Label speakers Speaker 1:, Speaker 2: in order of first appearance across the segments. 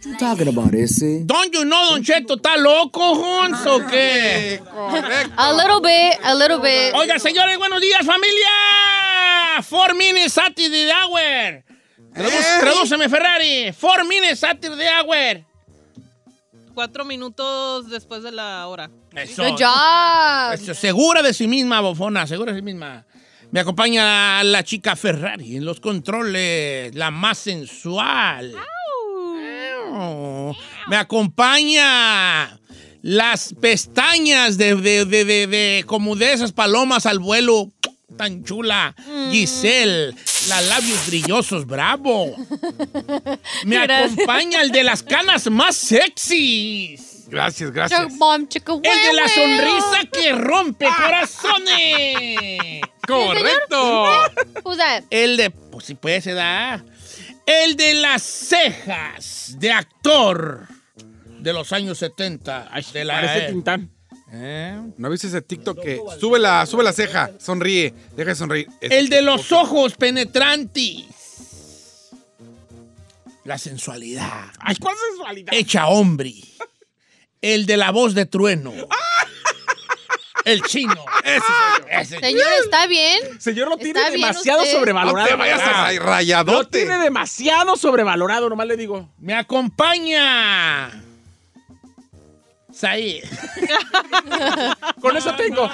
Speaker 1: you talking about, ese?
Speaker 2: Don't you know Don Cheto está loco, Jones, o qué?
Speaker 3: A little bit, a little bit.
Speaker 2: Oiga, señores, buenos días, familia. Four minutes Saturday hour. Tradu- Tradúceme, Ferrari. Four minutes Saturday hour.
Speaker 4: Cuatro minutos después de la hora.
Speaker 2: Eso.
Speaker 3: Good job.
Speaker 2: Eso, Segura de sí misma, bofona, segura de sí misma. Me acompaña la chica Ferrari en los controles, la más sensual. Au. Me acompaña las pestañas de, de- de- de- de- como de esas palomas al vuelo tan chula. Giselle, las labios brillosos, bravo. Me
Speaker 3: Gracias.
Speaker 2: acompaña el de las canas más sexys.
Speaker 5: Gracias,
Speaker 3: Chica
Speaker 5: gracias.
Speaker 3: bomb, chica
Speaker 2: El de la
Speaker 3: huevo.
Speaker 2: sonrisa que rompe corazones.
Speaker 5: Correcto.
Speaker 3: Who's that?
Speaker 2: El de. Pues si puede se da. El de las cejas de actor de los años 70. de la-
Speaker 5: Parece Tintán.
Speaker 2: ¿Eh?
Speaker 5: ¿No viste ese TikTok que sube la, sube la ceja, sonríe, deja de sonreír? Es-
Speaker 2: El de los ojos penetrantes. La sensualidad.
Speaker 5: Ay, ¿cuál sensualidad?
Speaker 2: Hecha hombre. El de la voz de trueno. El chino.
Speaker 5: Ese soy yo.
Speaker 2: Ese.
Speaker 3: Señor, ¿está bien?
Speaker 6: Señor lo tiene
Speaker 3: Está bien
Speaker 6: demasiado
Speaker 3: usted.
Speaker 5: No te
Speaker 6: sobrevalorado.
Speaker 5: vayas a ra-
Speaker 6: Lo
Speaker 5: rayadote.
Speaker 6: tiene demasiado sobrevalorado, nomás le digo.
Speaker 2: Me acompaña. Saí.
Speaker 6: Con eso tengo.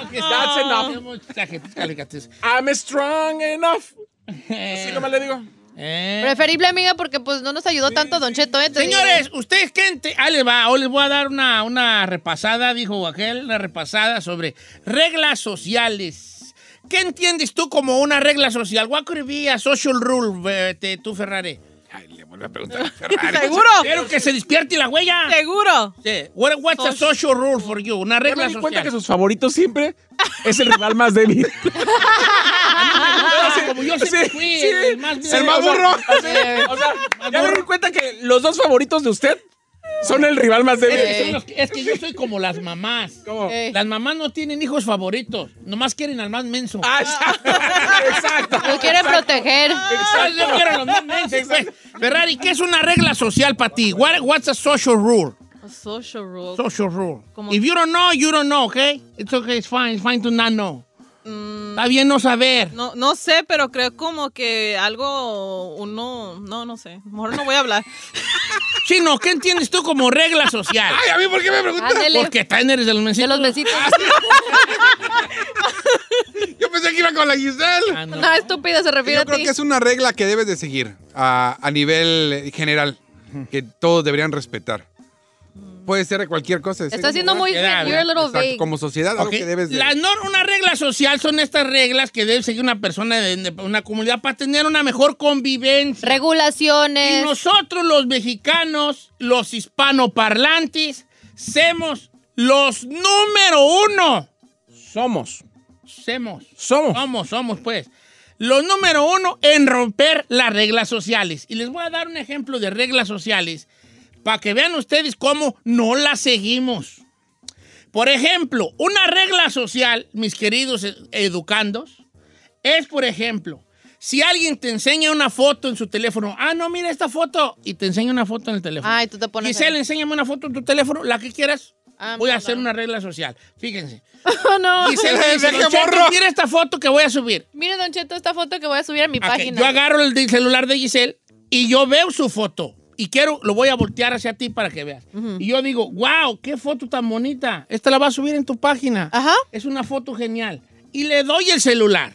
Speaker 6: That's enough.
Speaker 2: pues,
Speaker 6: I'm strong enough. Así nomás le digo.
Speaker 2: Eh.
Speaker 3: Preferible, amiga, porque pues no nos ayudó tanto Don Cheto, ¿eh? Te digo.
Speaker 2: Señores, ustedes qué ente- Ahí les va, hoy les voy a dar una, una repasada, dijo aquel, una repasada sobre reglas sociales. ¿Qué entiendes tú como una regla social? What could be a social rule, eh, te- tú, Ferrari?
Speaker 5: Ay, le vuelve a preguntar a Ferrari.
Speaker 4: ¿Seguro?
Speaker 2: Quiero que se despierte la huella.
Speaker 4: ¿Seguro?
Speaker 2: Sí. What, what's a social rule for you? Una
Speaker 6: Ya
Speaker 2: regla
Speaker 6: me di cuenta
Speaker 2: social.
Speaker 6: que sus favoritos siempre es el rival más débil.
Speaker 2: Ah, como yo siempre
Speaker 6: Sí,
Speaker 2: fui
Speaker 6: sí.
Speaker 2: el más
Speaker 6: El más burro. Eh, O sea, ya me di cuenta que los dos favoritos de usted son el rival más
Speaker 2: Es que, son
Speaker 6: débil.
Speaker 2: los que- es que yo soy como las mamás.
Speaker 6: ¿Cómo?
Speaker 3: Eh,
Speaker 2: Las mamás no tienen hijos favoritos, nomás quieren al más menso.
Speaker 6: Ah, ya. Exacto.
Speaker 3: Lo quiere proteger.
Speaker 2: Ay, yo quiero a los más mensos, pues. Ferrari, ¿qué es una regla social para ti? What- what's a social rule?
Speaker 4: A social rule.
Speaker 2: Social rule.
Speaker 4: Como-
Speaker 2: If you don't know, you don't know, okay? It's okay, it's fine, it's fine to not know.
Speaker 3: Mm.
Speaker 2: Está bien no saber.
Speaker 4: No, no sé, pero creo como que algo uno. No, no sé. Mejor no voy a hablar.
Speaker 2: Chino, ¿qué entiendes tú como regla social?
Speaker 5: Ay, a mí, ¿por qué me preguntas?
Speaker 3: Ándele.
Speaker 2: Porque también eres de los
Speaker 3: De
Speaker 2: mensitos.
Speaker 3: los besitos.
Speaker 5: Yo pensé que iba con la Giselle.
Speaker 2: Ah, no.
Speaker 3: No, estúpida, se refiere
Speaker 5: Yo
Speaker 3: a
Speaker 5: creo
Speaker 3: ti.
Speaker 5: que es una regla que debes de seguir a, a nivel general, que todos deberían respetar. Puede ser de cualquier cosa. de
Speaker 3: Está
Speaker 5: ser
Speaker 3: siendo muy.
Speaker 2: Era,
Speaker 3: You're a little
Speaker 5: Exacto,
Speaker 3: vague.
Speaker 5: Como sociedad, algo
Speaker 2: Ok,
Speaker 5: que debes de...
Speaker 2: la nor- una regla social son estas reglas que debe seguir una persona de, de una comunidad para tener una mejor convivencia. Y
Speaker 3: Regulaciones.
Speaker 2: nosotros los mexicanos, los hispanoparlantes, somos los número uno.
Speaker 6: Somos.
Speaker 2: Semos.
Speaker 6: Somos.
Speaker 2: Somos, somos, pues. Los número uno en romper las reglas sociales. Y les voy a dar un ejemplo de reglas sociales para que vean ustedes cómo no las seguimos. Por ejemplo, una regla social, mis queridos e- educandos, es, por ejemplo, si alguien te enseña una foto en su teléfono, ah, no, mira esta foto, y te enseña una foto en el teléfono.
Speaker 3: Ay, tú te pones.
Speaker 2: Giselle, enséñame una foto en tu teléfono, la que quieras.
Speaker 3: Ah,
Speaker 2: Voy a
Speaker 3: mira,
Speaker 2: hacer una regla social. Fíjense.
Speaker 3: Oh, no.
Speaker 2: Dice,
Speaker 5: Ay,
Speaker 2: dice,
Speaker 5: deje
Speaker 2: "Don Cheto,
Speaker 5: borro".
Speaker 2: mira esta foto que voy a subir.
Speaker 3: Mire, Don Cheto, esta foto que voy a subir a mi
Speaker 2: Ok,
Speaker 3: página.
Speaker 2: Yo agarro el de- celular de Giselle y yo veo su foto. Y quiero, lo voy a voltear hacia ti para que veas. Y yo digo, wow, qué foto tan bonita. Esta la vas a subir en tu página.
Speaker 3: Ajá.
Speaker 2: Es una foto genial. Y le doy el celular.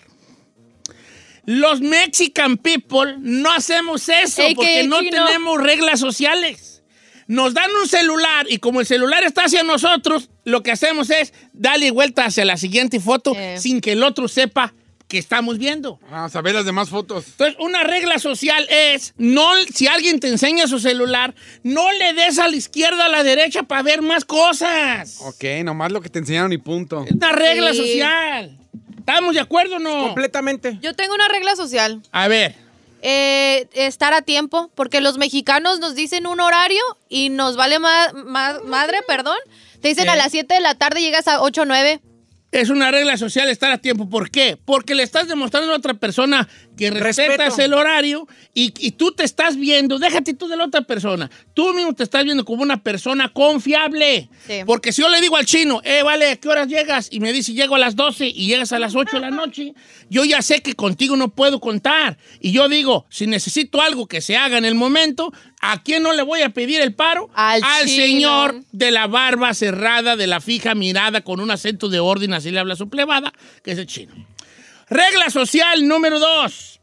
Speaker 2: Los Mexican people no hacemos eso
Speaker 3: Ey,
Speaker 2: porque
Speaker 3: que
Speaker 2: no
Speaker 3: chino.
Speaker 2: tenemos reglas sociales. Nos dan un celular y como el celular está hacia nosotros, lo que hacemos es darle vuelta hacia la siguiente foto
Speaker 3: Eh.
Speaker 2: sin que el otro sepa que estamos viendo.
Speaker 5: Vamos a ver Ah, las demás fotos.
Speaker 2: Entonces, una regla social es, no, si alguien te enseña su celular, no le des a la izquierda, a la derecha para ver más cosas.
Speaker 5: Ok, nomás lo que te enseñaron y punto.
Speaker 2: Una regla
Speaker 3: Sí.
Speaker 2: social. ¿Estamos de acuerdo o no?
Speaker 6: Completamente.
Speaker 3: Yo tengo una regla social.
Speaker 2: a ver.
Speaker 3: Eh, estar a tiempo, porque los mexicanos nos dicen un horario y nos vale ma- ma- madre, perdón. Te dicen
Speaker 2: Sí.
Speaker 3: a las 7 de la tarde llegas a 8 o 9.
Speaker 2: Es una regla social estar a tiempo. ¿Por qué? Porque le estás demostrando a otra persona que respetas
Speaker 6: Respeto.
Speaker 2: el horario y, y tú te estás viendo, déjate tú de la otra persona, tú mismo te estás viendo como una persona confiable.
Speaker 3: Sí.
Speaker 2: Porque si yo le digo al chino, eh, vale, ¿a qué horas llegas? Y me dice, llego a las 12 y llegas a las 8 de la noche, yo ya sé que contigo no puedo contar. Y yo digo, si necesito algo que se haga en el momento, ¿a quién no le voy a pedir el paro?
Speaker 3: Al chino.
Speaker 2: señor de la barba cerrada, de la fija mirada, con un acento de orden, así le habla su plebada, que es el chino. Regla social número dos.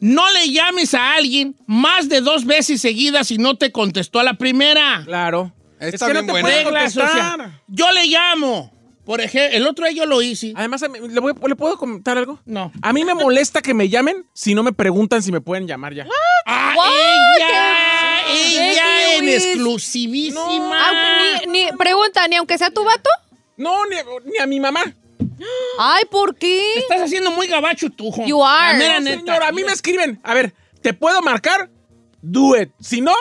Speaker 2: No le llames a alguien más de dos veces seguidas si no te contestó a la primera.
Speaker 6: Claro.
Speaker 5: Está
Speaker 6: es que
Speaker 5: bien
Speaker 6: no te
Speaker 5: buena.
Speaker 6: puede
Speaker 2: Regla social.
Speaker 6: contestar.
Speaker 2: Yo le llamo. Por ejemplo, el otro día yo lo hice.
Speaker 3: Ah,
Speaker 6: Además, a mí- ¿le, voy- ¿le puedo comentar algo?
Speaker 2: No.
Speaker 6: A mí me molesta que me llamen si no me preguntan si me pueden llamar ya.
Speaker 2: ¡Ah, ella! ¡Ella
Speaker 3: Qué
Speaker 2: en
Speaker 3: Luis.
Speaker 2: exclusivísima!
Speaker 3: Aunque ni- ni- pregunta, ni aunque sea tu vato.
Speaker 6: No, ni, ni a mi mamá.
Speaker 3: Ay, ¿por qué?
Speaker 2: Te estás haciendo muy gabacho tú, jo.
Speaker 3: You are.
Speaker 2: La mera
Speaker 3: No,
Speaker 2: neta.
Speaker 6: Señor, a mí me escriben. A ver, ¿te puedo marcar? Do it. Si no,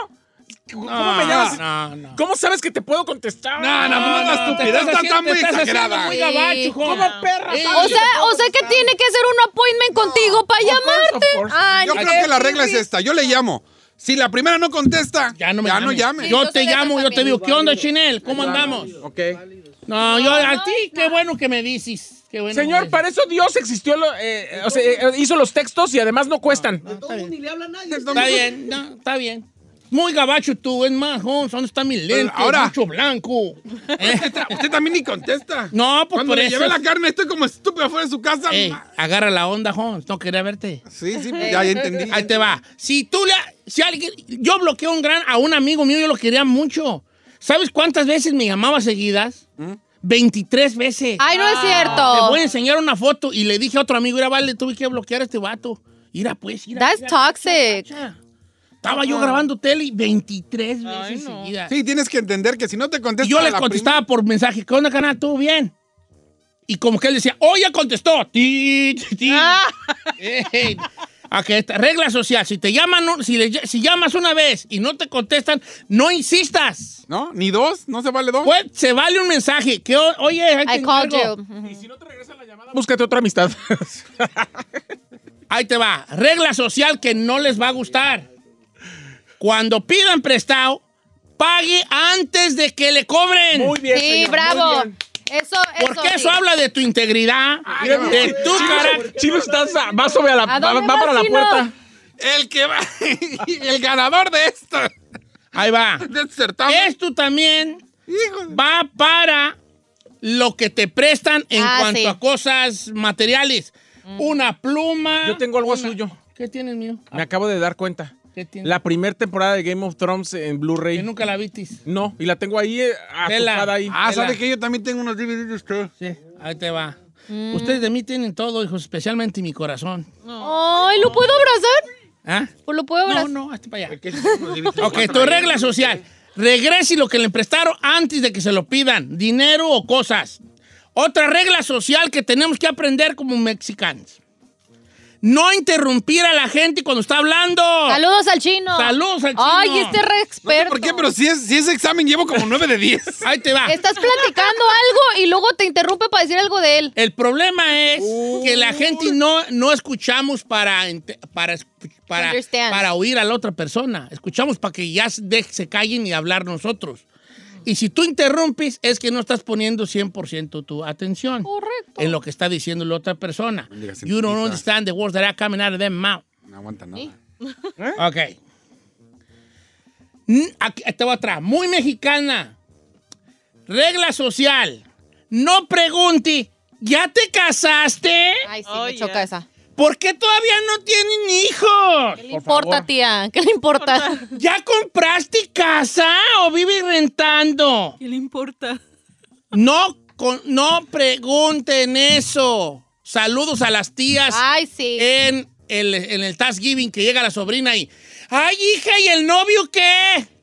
Speaker 6: ¿cómo
Speaker 2: No,
Speaker 6: me llamas?
Speaker 2: No, no.
Speaker 6: ¿Cómo sabes que te puedo contestar?
Speaker 2: No, pues no, no, no, no, te
Speaker 5: estupidez
Speaker 2: estás
Speaker 5: está
Speaker 2: haciendo-
Speaker 5: muy
Speaker 2: te estás haciendo
Speaker 5: exagerada.
Speaker 2: muy
Speaker 3: Sí.
Speaker 2: gabacho, jo.
Speaker 6: ¿Cómo perra?
Speaker 2: Eh,
Speaker 3: O sea, o sea que tiene que hacer un appointment contigo para
Speaker 6: of course,
Speaker 3: llamarte.
Speaker 6: of course.
Speaker 3: Ay,
Speaker 5: Yo
Speaker 3: no
Speaker 5: creo que la
Speaker 3: te
Speaker 5: regla es
Speaker 3: sirve.
Speaker 5: esta. Yo le llamo. Si la primera no contesta,
Speaker 2: Ya no me llames.
Speaker 5: llmes.
Speaker 2: Yo
Speaker 3: Sí, yo
Speaker 2: te
Speaker 3: soy esa
Speaker 2: llamo, yo te
Speaker 3: también.
Speaker 2: digo, ¿qué onda, Chinel? ¿Cómo andamos?
Speaker 6: Ok.
Speaker 2: No, yo a ti, qué bueno que me dices. Qué bueno
Speaker 6: Señor,
Speaker 2: que me
Speaker 6: para eso Dios existió, lo- eh, eh, o sea, eh, hizo los textos y además no cuestan.
Speaker 2: Está bien, no, está bien. Muy gabacho tú, es más, jo, ¿dónde está mi lente?
Speaker 5: ahora-
Speaker 2: Mucho blanco. Eh,
Speaker 5: Usted, ta- usted también ni contesta.
Speaker 2: No, pues
Speaker 5: Cuando
Speaker 2: por
Speaker 5: le
Speaker 2: eso.
Speaker 5: llevé la carne, estoy como estúpido afuera de su casa.
Speaker 2: Ey, eh, agarra la onda, Holmes. No quería verte.
Speaker 5: Sí, sí, pues ya, ya entendí.
Speaker 2: Ahí te va. Si tú le. Si alguien. Yo bloqueé a un gran, a un amigo mío, yo lo quería mucho. ¿Sabes cuántas veces me llamaba seguidas? 23 veces.
Speaker 3: Ay, no es
Speaker 6: Ah,
Speaker 2: Te
Speaker 3: cierto.
Speaker 2: voy a enseñar una foto y le dije a otro amigo, mira, vale, tuve que bloquear a este vato. Mira, pues, mira.
Speaker 3: That's
Speaker 2: mira,
Speaker 3: toxic.
Speaker 2: mira. Estaba yo grabando tele y 23 veces
Speaker 4: Ay, no.
Speaker 2: seguidas.
Speaker 5: Sí, tienes que entender que si no te contesta.
Speaker 2: Y yo le
Speaker 5: la
Speaker 2: contestaba por mensaje, ¿qué onda, canal? ¿Todo bien? Y como que él decía, ¡oh, ya contestó! Ti, ti, ti.
Speaker 3: Ah.
Speaker 2: Ey. Ok, esta regla social, si te llaman, un- si, le- si llamas una vez y no te contestan, no insistas.
Speaker 5: prim- ¿No? Ni dos, no se vale dos.
Speaker 2: Pues se vale un mensaje, que o- oye, ahí te
Speaker 3: I called
Speaker 2: encargo.
Speaker 3: you.
Speaker 6: Búscate otra amistad.
Speaker 2: Ahí te va, regla social que no les va a gustar. Cuando pidan prestado, pague antes de que le cobren.
Speaker 6: Muy bien.
Speaker 3: Sí,
Speaker 6: señor, muy
Speaker 3: bravo.
Speaker 6: bien.
Speaker 3: Eso, eso.
Speaker 2: Porque eso
Speaker 3: sí.
Speaker 2: habla de tu integridad, de tu carácter.
Speaker 6: Chino está, va sobre a la,
Speaker 3: ¿A
Speaker 6: va,
Speaker 3: dónde
Speaker 6: va
Speaker 3: vas,
Speaker 6: para la
Speaker 3: Chino?
Speaker 6: puerta.
Speaker 5: El que va. el ganador de esto.
Speaker 2: Ahí va.
Speaker 5: De este certamen.
Speaker 2: Esto también
Speaker 5: Hijo de-
Speaker 2: va para lo que te prestan en
Speaker 3: Ah,
Speaker 2: cuanto
Speaker 3: sí. Mm.
Speaker 2: a cosas materiales. Una pluma.
Speaker 6: Yo tengo algo
Speaker 2: una-
Speaker 6: suyo.
Speaker 2: ¿Qué tienes mío?
Speaker 6: Me acabo de dar cuenta.
Speaker 2: ¿Qué tienes?
Speaker 6: La primera temporada de Game of Thrones en
Speaker 2: Que
Speaker 6: Blu-ray.
Speaker 2: nunca la vistis.
Speaker 6: No, y la tengo ahí eh,
Speaker 2: Tela.
Speaker 6: atascada ahí.
Speaker 5: Ah,
Speaker 2: Tela.
Speaker 5: ¿sabe que yo también tengo unos DVDs de usted?
Speaker 2: Sí, ahí te va.
Speaker 3: Mm.
Speaker 2: Ustedes de mí tienen todo, hijos, especialmente mi corazón.
Speaker 3: Ay, ¿lo puedo abrazar?
Speaker 2: ¿Ah?
Speaker 3: ¿O lo puedo
Speaker 2: No,
Speaker 3: abrazar?
Speaker 2: no, hazte para allá.
Speaker 5: ¿Qué son unos DVDs?
Speaker 2: Ok, tu regla social. Regrese lo que le prestaron antes de que se lo pidan, dinero o cosas. Otra regla social que tenemos que aprender como mexicanos. No interrumpir a la gente cuando está hablando.
Speaker 3: Saludos al chino.
Speaker 2: Saludos al chino.
Speaker 3: Ay, este re
Speaker 5: No sé
Speaker 3: experto.
Speaker 5: ¿Por qué? Pero si, es, si ese examen llevo como 9 de 10.
Speaker 2: Ahí te va.
Speaker 3: Estás platicando algo y luego te interrumpe para decir algo de él.
Speaker 2: El problema es que la gente no, no escuchamos para, ente- para, escu- para,
Speaker 3: Understand.
Speaker 2: para oír a la otra persona. Escuchamos para que ya se, de- se callen y hablar nosotros. Y si tú interrumpes, es que no estás poniendo 100% tu atención
Speaker 3: Correcto.
Speaker 2: en lo que está diciendo la otra persona.
Speaker 5: Digas
Speaker 2: You don't
Speaker 5: infinita.
Speaker 2: understand the words that are coming out of their mouth.
Speaker 5: No aguanta nada.
Speaker 2: Ok. Mm, Aquí, te voy atrás. Muy mexicana. Regla social. No pregunte, ¿ya te casaste?
Speaker 3: Ay, sí,
Speaker 4: Oh,
Speaker 3: me
Speaker 4: yeah.
Speaker 3: choca esa.
Speaker 2: ¿Por qué todavía no tienen hijos?
Speaker 3: ¿Qué le importa, tía? ¿Qué le importa?
Speaker 2: ¿Ya compraste casa o vives rentando?
Speaker 4: ¿Qué le importa?
Speaker 2: No, con- no pregunten eso. Saludos a las tías
Speaker 3: Ay, sí.
Speaker 2: en el, en el Thanksgiving que llega la sobrina y... ¡Ay, hija! ¿Y el novio qué?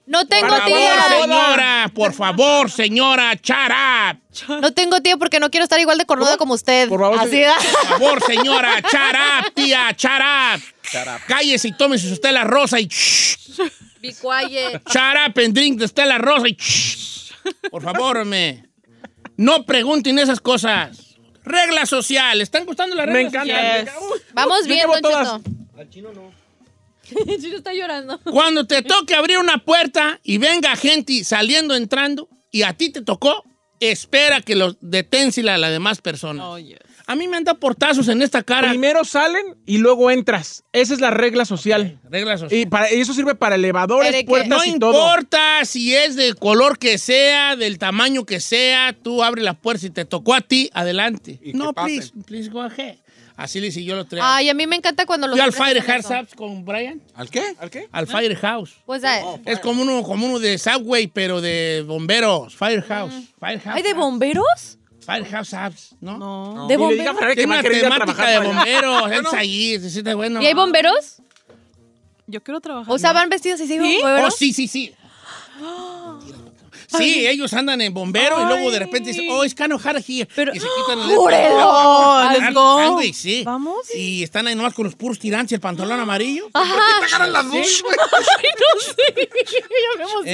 Speaker 3: no tengo
Speaker 2: Por favor,
Speaker 3: tía.
Speaker 2: señora, por favor, señora, charap.
Speaker 3: No tengo tía porque no quiero estar igual de cornuda como usted.
Speaker 6: Por favor,
Speaker 3: Así
Speaker 6: señor.
Speaker 2: Por favor, señora, charap, tía, charap. Cállese y tómese usted la rosa y shh,
Speaker 3: Be quiet.
Speaker 2: charap and drink de usted la rosa y shh. Por favor, me. No pregunten esas cosas. Regla social. ¿Están gustando las
Speaker 6: Me
Speaker 2: reglas
Speaker 6: encanta.
Speaker 2: sociales?
Speaker 6: me
Speaker 4: Yes.
Speaker 6: encanta. Uy,
Speaker 3: Vamos
Speaker 6: yo
Speaker 3: bien,
Speaker 6: llevo
Speaker 3: Don
Speaker 6: todas.
Speaker 3: Cheto.
Speaker 1: El chino está llorando.
Speaker 2: Cuando te toque abrir una puerta y venga gente saliendo, entrando, y a ti te tocó, espera que los deténsela a las demás personas.
Speaker 4: Oh, yes.
Speaker 2: A mí me han dado portazos en esta cara.
Speaker 6: Primero salen y luego entras. Esa es la regla social.
Speaker 2: Regla social.
Speaker 6: Y, para, y eso sirve para elevadores,
Speaker 3: Pero que-
Speaker 6: puertas
Speaker 2: No
Speaker 6: y todo.
Speaker 2: importa si es del color que sea, del tamaño que sea, tú abres la puerta y te tocó a ti, adelante.
Speaker 5: Y que
Speaker 2: No,
Speaker 5: pasen.
Speaker 2: please, please go ahead. Así le siguió los tres.
Speaker 3: Ay, a mí me encanta cuando los.
Speaker 2: Fui al
Speaker 3: hombres hacen
Speaker 2: Firehouse
Speaker 3: eso.
Speaker 2: Subs con Brian.
Speaker 5: ¿Al qué?
Speaker 6: ¿Al qué?
Speaker 2: Al Firehouse.
Speaker 3: Pues, ay,
Speaker 2: Es como uno, como uno de Subway, pero de bomberos. Firehouse. Firehouse.
Speaker 1: ¿Ay, de
Speaker 2: Subs.
Speaker 1: bomberos?
Speaker 2: Firehouse Subs, ¿no?
Speaker 4: No.
Speaker 1: ¿De
Speaker 6: Y le diga a
Speaker 1: bomberos?
Speaker 6: Ferrari que
Speaker 2: Tiene
Speaker 6: va a
Speaker 2: una
Speaker 6: querer ir a
Speaker 2: temática
Speaker 6: trabajar
Speaker 2: de
Speaker 6: para allá.
Speaker 2: bomberos. Es ahí, es decir, bueno.
Speaker 1: ¿Y hay bomberos?
Speaker 4: Yo quiero trabajar.
Speaker 1: O sea, van vestidos así de
Speaker 4: ¿Sí?
Speaker 2: Oh,
Speaker 1: bomberos.
Speaker 2: sí, sí, sí. Sí, ellos andan en bombero y luego de repente dicen, oh, es Cano here. y se quitan el
Speaker 4: ¡Oh,
Speaker 2: Ah,
Speaker 4: let's go!
Speaker 2: sándwich, sí.
Speaker 4: Vamos.
Speaker 2: Y están ahí nomás con los puros tirantes y el pantalón amarillo.
Speaker 1: Ah,
Speaker 5: ¿Por qué te agarran las dos, güey?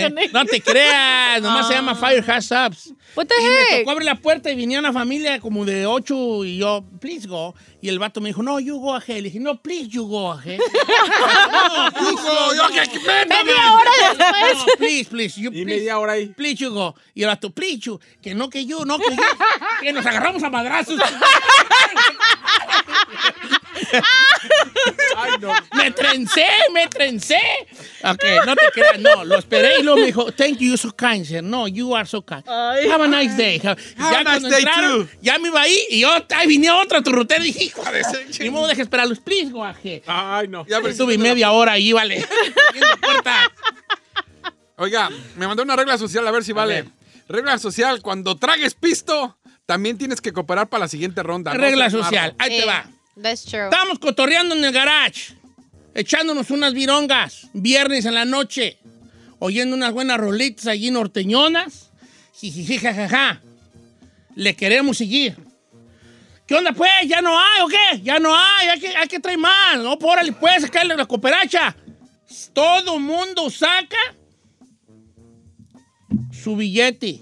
Speaker 1: Yo me
Speaker 2: Eh, no te creas, nomás se
Speaker 1: Ah.
Speaker 2: llama Firehouse Subs.
Speaker 1: What the
Speaker 2: Y me
Speaker 1: heck?
Speaker 2: tocó abrir la puerta y venía una familia como de ocho y yo, please go. Y el vato me dijo, no, you go ahead. Le dije, no, please, you go ahead. no, please,
Speaker 5: No, yo que-
Speaker 2: Media hora después. No, please, please, you,
Speaker 6: Y
Speaker 2: please.
Speaker 6: media hora ahí.
Speaker 2: Please, you go. Y el vato, please, you, que no, que yo, no, que yo. que nos agarramos a madrazos.
Speaker 6: Ay, no.
Speaker 2: me trencé, me trencé. Ok, no te creas, no. Lo esperé y luego me dijo, thank you, you're so kind, sir. No, you are so kind. Have a nice day. Have,
Speaker 5: Have a nice
Speaker 2: cuando
Speaker 5: day
Speaker 2: entraron,
Speaker 5: too.
Speaker 2: Ya me iba ahí y yo, ahí venía otra turrutera y dije, hijo de
Speaker 5: Parece
Speaker 2: ese- Ni modo, deja esperarlos. Please, go ahead.
Speaker 6: Ay, no.
Speaker 5: Ya, pero-
Speaker 2: Estuve media hora ahí, vale. Abriendo puertas.
Speaker 5: Oiga, me mandó una regla social, a ver si
Speaker 2: ver.
Speaker 5: vale. Regla social, cuando tragues pisto, también tienes que cooperar para la siguiente ronda. ¿no?
Speaker 2: Regla
Speaker 5: O sea,
Speaker 2: social. Ahí
Speaker 1: Eh,
Speaker 2: te
Speaker 3: sí,
Speaker 2: va.
Speaker 3: That's true.
Speaker 2: Estábamos cotorreando en el garage, echándonos unas virongas, viernes en la noche, oyendo unas buenas rolitas allí norteñonas. Jijiji, jajaja. Le queremos seguir. ¿Qué onda, pues? ¿Ya no hay o qué? Ya no hay, hay que, hay que traer más. No, pues, órale, pues, sacarle la cooperacha. Todo mundo saca su billete.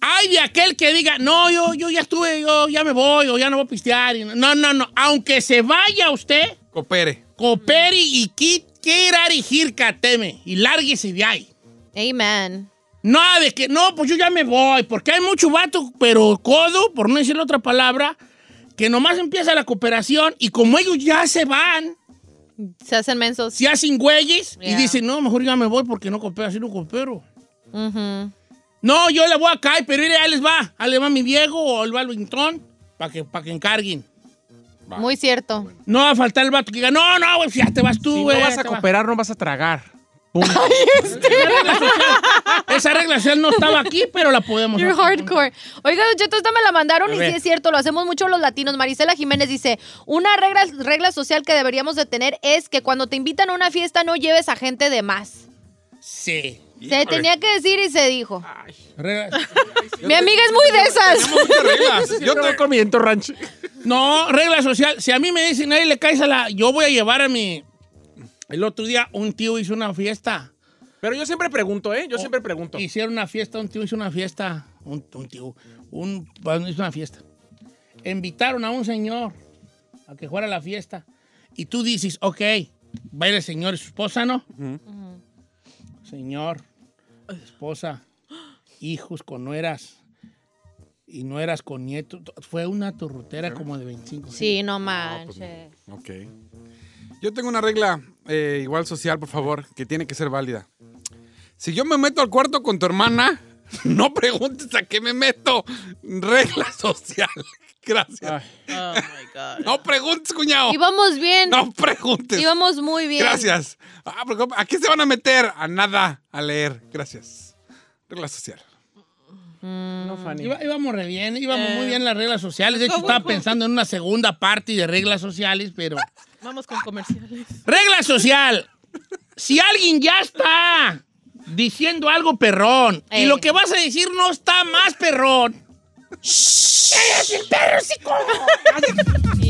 Speaker 2: Hay de aquel que diga, no, yo, yo ya estuve, yo ya me voy, o ya no voy a pistear. y no- No, no, no. Aunque se vaya usted,
Speaker 5: Coopere.
Speaker 2: coopere y qui- quiera erigir cateme y lárguese de ahí.
Speaker 3: Amen.
Speaker 2: No, de que, no, pues yo ya me voy, porque hay mucho vato, pero codo, por no decir otra palabra, que nomás empieza la cooperación y como ellos ya se van,
Speaker 3: Se hacen mensos.
Speaker 2: se hacen güeyes y
Speaker 3: Yeah.
Speaker 2: dicen, no, mejor ya me voy porque no coopero, así no coopero.
Speaker 3: Ujú.
Speaker 2: No, yo la voy a caer, pero mire, ahí les va. Ahí les va mi viejo o el Valvington para que, pa' que encarguen.
Speaker 3: Muy cierto.
Speaker 2: No va a faltar el vato que diga, no, no, güey, pues ya te vas tú,
Speaker 6: Si
Speaker 2: güey.
Speaker 6: no vas a
Speaker 2: te vas".
Speaker 6: cooperar, no vas a tragar. Punto.
Speaker 2: Esa regla social- Esa regla social no estaba aquí, pero la podemos
Speaker 1: You're
Speaker 2: hacer.
Speaker 1: hardcore. Oiga, Don Cheto, esta me la mandaron
Speaker 2: A
Speaker 1: y
Speaker 2: ver.
Speaker 1: sí es cierto, lo hacemos mucho los latinos. Marisela Jiménez dice, una regla, regla social que deberíamos de tener es que cuando te invitan a una fiesta no lleves a gente de más.
Speaker 2: Sí. Ah,
Speaker 1: Se tenía que decir y se dijo.
Speaker 2: Regla-
Speaker 1: Mi amiga es muy de esas.
Speaker 5: Muchas reglas. Yo
Speaker 6: Yo te voy
Speaker 5: te...
Speaker 6: con mi viento ranch.
Speaker 2: No, regla social. Si a mí me dicen, ahí le caes a la. Yo voy a llevar a mi. El otro día un tío hizo una fiesta.
Speaker 6: Pero yo siempre pregunto, ¿eh? Yo siempre pregunto.
Speaker 2: Hicieron una fiesta, un tío hizo una fiesta. Un, un tío. Un, bueno, hizo una fiesta. Invitaron a un señor a que fuera a la fiesta. Y tú dices, ok, va a ir el señor y su esposa, ¿no? Señor, esposa, hijos con nueras. Y nueras con nietos. Fue una turrutera como de 25.
Speaker 3: Sí, no manches.
Speaker 2: pues,
Speaker 5: Ok. Yo tengo una regla eh, igual social, por favor, que tiene que ser válida. Si yo me meto al cuarto con tu hermana, no preguntes a qué me meto. Regla social. Gracias.
Speaker 4: Oh, my God.
Speaker 5: No preguntes, cuñado.
Speaker 3: Íbamos bien.
Speaker 5: No
Speaker 2: pues.
Speaker 5: preguntes.
Speaker 3: Íbamos muy bien.
Speaker 5: Gracias. Ah, pero ¿cómo- ¿A qué se van a meter? A nada, a leer. Gracias. Regla social.
Speaker 6: No, Fanny.
Speaker 2: Iba- íbamos re bien, íbamos muy bien las reglas sociales. De hecho,
Speaker 4: Eh. ¿cómo,
Speaker 2: estaba
Speaker 4: cómo?
Speaker 2: pensando en una segunda parte de reglas sociales, pero.
Speaker 4: Vamos con comerciales.
Speaker 2: ¡Regla social! Si alguien ya está diciendo algo perrón y
Speaker 3: Eh.
Speaker 2: lo que vas a decir no está más perrón. ¡Cállate el perro, psicólogo!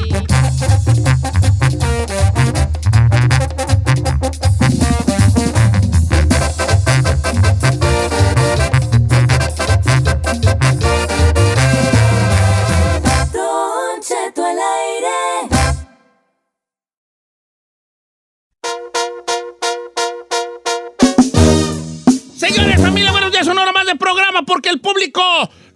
Speaker 2: es una hora más de programa porque el público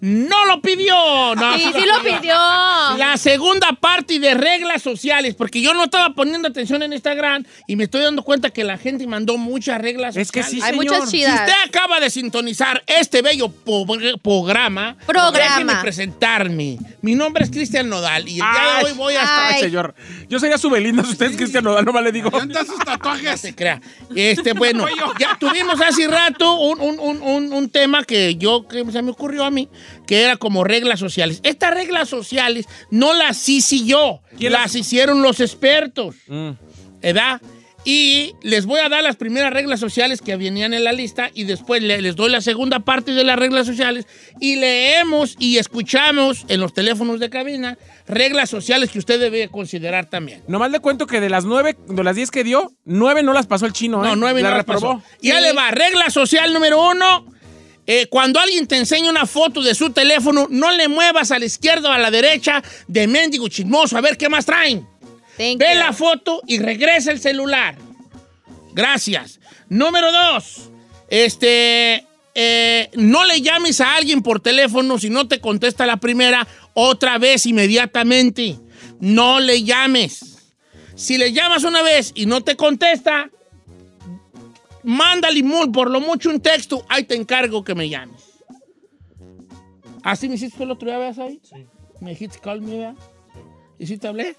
Speaker 2: no lo pidió. No.
Speaker 3: Sí, sí lo pidió.
Speaker 2: La segunda parte de reglas sociales, porque yo no estaba poniendo atención en Instagram y me estoy dando cuenta que la gente mandó muchas reglas
Speaker 6: Es que
Speaker 2: sociales.
Speaker 6: sí,
Speaker 3: Hay
Speaker 6: señor.
Speaker 3: muchas
Speaker 2: Si usted
Speaker 3: chidas.
Speaker 2: acaba de sintonizar este bello po- programa,
Speaker 3: Programa.
Speaker 2: déjeme presentarme. Mi nombre es Cristian Nodal y el día
Speaker 6: Ay.
Speaker 2: de hoy voy a estar...
Speaker 6: Ay,
Speaker 3: Ay.
Speaker 6: señor. Yo sería su Belinda si ustedes Cristian Nodal, no más le digo.
Speaker 2: Oh,
Speaker 5: ¿Dónde sus
Speaker 2: No
Speaker 5: tatuajes?
Speaker 2: se crea. Este, bueno, ya tuvimos hace rato un, un- un- un- un tema que yo que se me ocurrió a mí, que era como reglas sociales. Estas reglas sociales no las hice yo,
Speaker 6: ¿Quién
Speaker 2: las
Speaker 6: las-
Speaker 2: hicieron los expertos,
Speaker 6: Mm.
Speaker 2: ¿verdad? Y les voy a dar las primeras reglas sociales que venían en la lista y después le- les doy la segunda parte de las reglas sociales y leemos y escuchamos en los teléfonos de cabina reglas sociales que usted debe considerar también.
Speaker 6: Nomás le cuento que de las nueve, de las diez que dio, nueve no las pasó el chino, ¿eh?
Speaker 2: No, nueve
Speaker 6: La
Speaker 2: no las
Speaker 6: reprobó.
Speaker 2: pasó. Y ahí le va, regla social número uno. eh, cuando alguien te enseña una foto de su teléfono, no le muevas a la izquierda o a la derecha de mendigo chismoso. A ver qué más traen.
Speaker 3: Thank
Speaker 2: Ve
Speaker 3: you.
Speaker 2: la foto y regresa el celular. Gracias. Número dos. Este. eh, no le llames a alguien por teléfono si no te contesta la primera otra vez inmediatamente. No le llames. Si le llamas una vez y no te contesta, manda limón por lo mucho un texto. Ahí te encargo que me llames. ¿Así me hiciste tú el otro día, ¿ves ahí? Sí. Me dijiste, call me, ¿verdad? ¿Y si te hablé?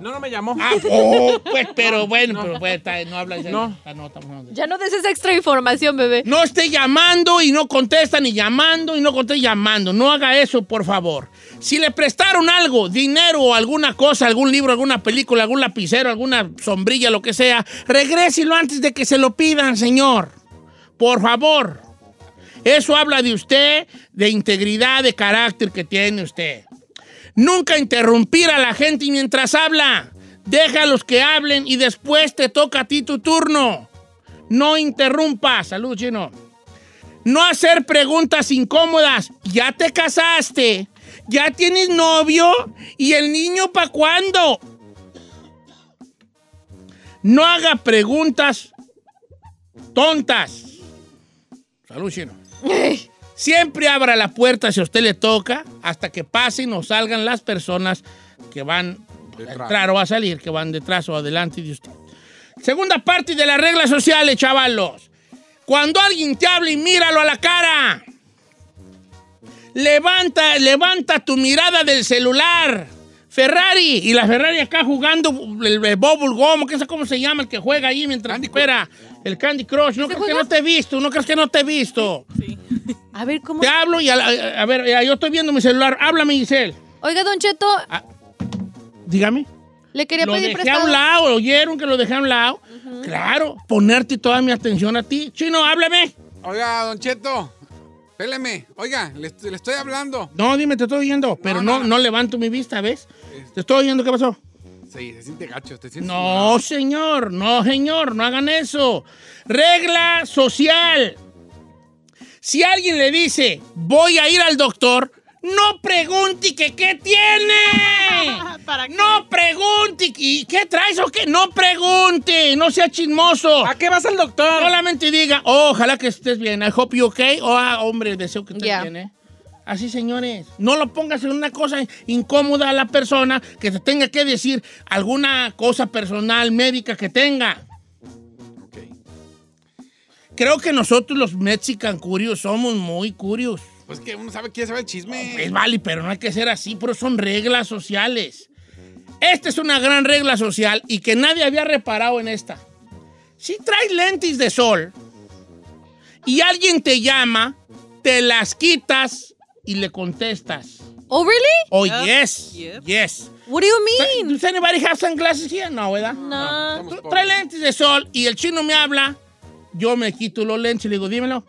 Speaker 6: No, no me llamó.
Speaker 2: Ah, oh, pues, pero bueno, pero bueno, está- no habla ya.
Speaker 6: No.
Speaker 2: Ah, no, estamos hablando de-
Speaker 3: Ya no des esa extra información, bebé.
Speaker 2: No esté llamando y no contesta, ni llamando y no contesta llamando. No haga eso, por favor. Si le prestaron algo, dinero o alguna cosa, algún libro, alguna película, algún lapicero, alguna sombrilla, lo que sea, regréselo antes de que se lo pidan, señor. Por favor. Eso habla de usted, de integridad, de carácter que tiene usted. Nunca interrumpir a la gente mientras habla. Deja a los que hablen y después te toca a ti tu turno. No interrumpas. Salud, chino. No hacer preguntas incómodas. Ya te casaste. Ya tienes novio. ¿Y el niño para cuándo? No haga preguntas tontas. Salud, chino. Siempre abra la puerta si a usted le toca hasta que pasen o salgan las personas que van a
Speaker 5: Detrás.
Speaker 2: entrar o a salir, que van detrás o adelante de usted. Segunda parte de las reglas sociales, chavalos. Cuando alguien te hable, míralo a la cara. Levanta, levanta tu mirada del celular. Ferrari, y la Ferrari acá jugando el, el Bubble Gum, que sé cómo se llama el que juega ahí mientras espera el Candy Crush. No crees que no te he visto, no crees que no te he visto.
Speaker 3: A ver, ¿cómo?
Speaker 2: Te hablo y a, la- a ver, ya, yo estoy viendo mi celular. Háblame, Giselle.
Speaker 3: Oiga, Don Cheto,
Speaker 2: Dígame.
Speaker 3: le quería
Speaker 2: lo
Speaker 3: pedir
Speaker 2: dejé a
Speaker 3: prestado.
Speaker 2: un lado, oyeron que lo dejé a un lado. Claro, ponerte toda mi atención a ti. Chino, háblame.
Speaker 5: Oiga, Don Cheto, péleme. Oiga, le, est- le estoy hablando.
Speaker 2: No, dime, te estoy oyendo, pero no, no,
Speaker 5: no, no.
Speaker 2: levanto mi vista, ¿ves? Te estoy oyendo, ¿qué pasó?
Speaker 5: Sí, se siente gacho, te sientes.
Speaker 2: No, señor, no, señor, no hagan eso. Regla social. Si alguien le dice, voy a ir al doctor, no pregunte que qué tiene.
Speaker 4: ¿Para qué?
Speaker 2: No pregunte, ¿y qué traes o qué? No pregunte, no sea chismoso.
Speaker 6: ¿A qué vas al doctor?
Speaker 2: Solamente diga, "Oh, ojalá que estés bien, I hope you okay, o ah, hombre, deseo que estés
Speaker 3: Ya.
Speaker 2: bien, ¿eh? Así, señores, no lo pongas en una cosa incómoda a la persona que te tenga que decir alguna cosa personal, médica que tenga.
Speaker 5: Ok.
Speaker 2: Creo que nosotros los Mexican Curios somos muy curios.
Speaker 5: Pues que uno sabe, quiere saber el chisme.
Speaker 2: Es vale, pero no pues, hay que ser así, pero son reglas sociales. Esta es una gran regla social y que nadie había reparado en esta. Si traes lentes de sol y alguien te llama, te las quitas y le contestas.
Speaker 3: Oh, really?
Speaker 2: Oh,
Speaker 4: Yep,
Speaker 2: yes,
Speaker 4: yep.
Speaker 2: yes.
Speaker 3: What do you mean?
Speaker 2: ¿Does anybody have sunglasses here? No, ¿verdad?
Speaker 3: No.
Speaker 5: Somos
Speaker 2: Tú
Speaker 5: pobres.
Speaker 2: traes lentes de sol y el chino me habla, yo me quito los lentes y le digo, dímelo.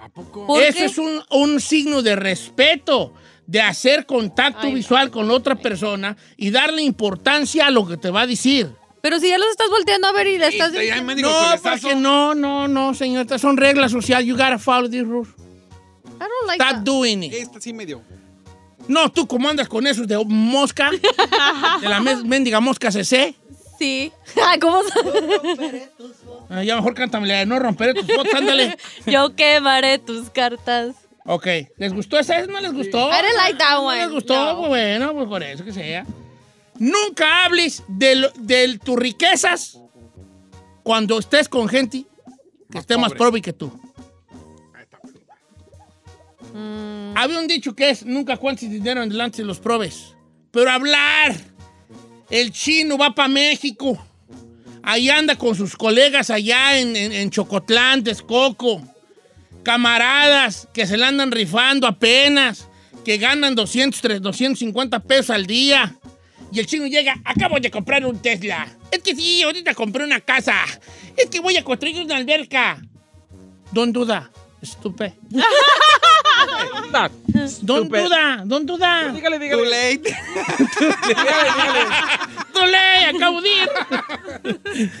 Speaker 5: ¿A poco?
Speaker 3: ¿Por
Speaker 2: Eso
Speaker 3: qué?
Speaker 2: es un, un signo de respeto, de hacer contacto
Speaker 3: Ay, no.
Speaker 2: visual con la otra persona y darle importancia a lo que te va a decir.
Speaker 3: Pero si ya los estás volteando a ver y le
Speaker 5: Sí,
Speaker 3: estás
Speaker 5: te- ya hay
Speaker 3: diciendo...
Speaker 5: mendigo
Speaker 2: No,
Speaker 5: solezazo.
Speaker 2: porque no, no, no, señor. Estas son reglas sociales. You gotta follow these rules.
Speaker 3: I don't like
Speaker 2: Stop
Speaker 3: that.
Speaker 2: doing it.
Speaker 5: Esta sí me dio.
Speaker 2: No, tú cómo andas con esos de mosca, de la mes- mendiga mosca CC.
Speaker 3: Sí. Ah, ¿Cómo?
Speaker 2: Ah, ya mejor cántame la de no romperé tus fotos, ándale.
Speaker 3: Yo quemaré tus cartas.
Speaker 2: Ok, ¿les gustó esa? ¿No les gustó?
Speaker 3: I didn't like that
Speaker 2: ¿No
Speaker 3: one.
Speaker 2: les gustó?
Speaker 3: No.
Speaker 2: Pues bueno, pues por eso que sea. Nunca hables de, lo- de tus riquezas cuando estés con gente que esté más pobre que tú. Había un dicho que es, nunca cuentes dinero en delante de los probes. Pero hablar, el chino va para México. Ahí anda con sus colegas allá en, en, en Chocotlán, Texcoco. Camaradas que se la andan rifando apenas, que ganan 200, tres- 250 pesos al día. Y el chino llega, acabo de comprar un Tesla. Es que sí, ahorita compré una casa. Es que voy a construir una alberca. Don duda, estupe.
Speaker 6: No,
Speaker 2: Don
Speaker 6: Estúpido.
Speaker 2: duda, don duda.
Speaker 6: dígale, dígale.
Speaker 5: Too late.
Speaker 6: Dígale, dígale.
Speaker 2: ¡No le acabo de ir!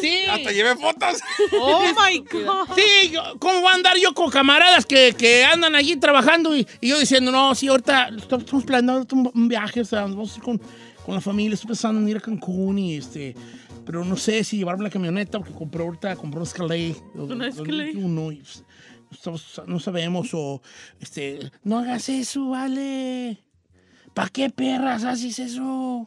Speaker 2: Sí.
Speaker 5: Hasta llevé fotos.
Speaker 4: Oh my God.
Speaker 2: Sí, yo- ¿cómo voy a andar yo con camaradas que, que andan allí trabajando y, y yo diciendo, no, sí, ahorita estamos estamos planeando un, un viaje, o sea, nos vamos a ir con, con la familia, estoy pensando en ir a Cancún y este, pero no sé si llevarme la camioneta porque compré ahorita, compré un Escalade.
Speaker 4: Una Escalade.
Speaker 2: Uno, y, pues, no estamos- no sabemos o, este, no hagas eso, vale. ¿Para qué perras haces eso?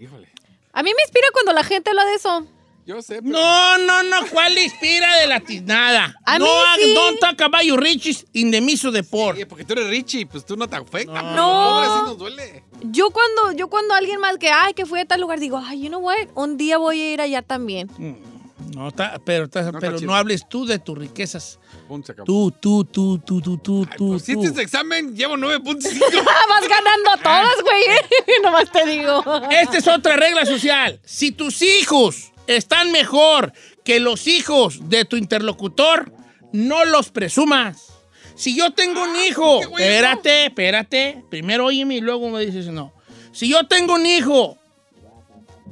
Speaker 5: Híjole.
Speaker 3: A mí me inspira cuando la gente habla de eso.
Speaker 5: Yo sé. pero-
Speaker 2: No, no, no, ¿cuál le inspira de la tiznada?
Speaker 3: A
Speaker 2: no,
Speaker 3: mí
Speaker 2: hagas-
Speaker 3: sí.
Speaker 2: don't talk about your riches in the midst of the poor.
Speaker 5: Oye, porque tú eres Richie, pues tú no te afectas.
Speaker 2: No.
Speaker 5: No. Pobre, sí nos duele.
Speaker 3: Yo cuando, yo cuando alguien más que, ay, que fui a tal lugar, digo, ay, you know what, un día voy a ir allá también.
Speaker 2: Mm. No, ta- pero, ta-
Speaker 5: No,
Speaker 2: pero
Speaker 5: está chido.
Speaker 2: no hables tú de tus riquezas.
Speaker 5: Punto, se acabó.
Speaker 2: Tú, tú, tú, tú, tú, tú,
Speaker 5: Ay,
Speaker 2: tú.
Speaker 5: pues, si
Speaker 2: tú.
Speaker 5: este examen llevo 9.5.
Speaker 3: Ah, vas ganando todas, güey. Nomás te digo.
Speaker 2: Esta es otra regla social. Si tus hijos están mejor que los hijos de tu interlocutor, no los presumas. Si yo tengo un hijo,
Speaker 5: Ah, güey, no.
Speaker 2: espérate, espérate, primero óyeme y luego me dices no. Si yo tengo un hijo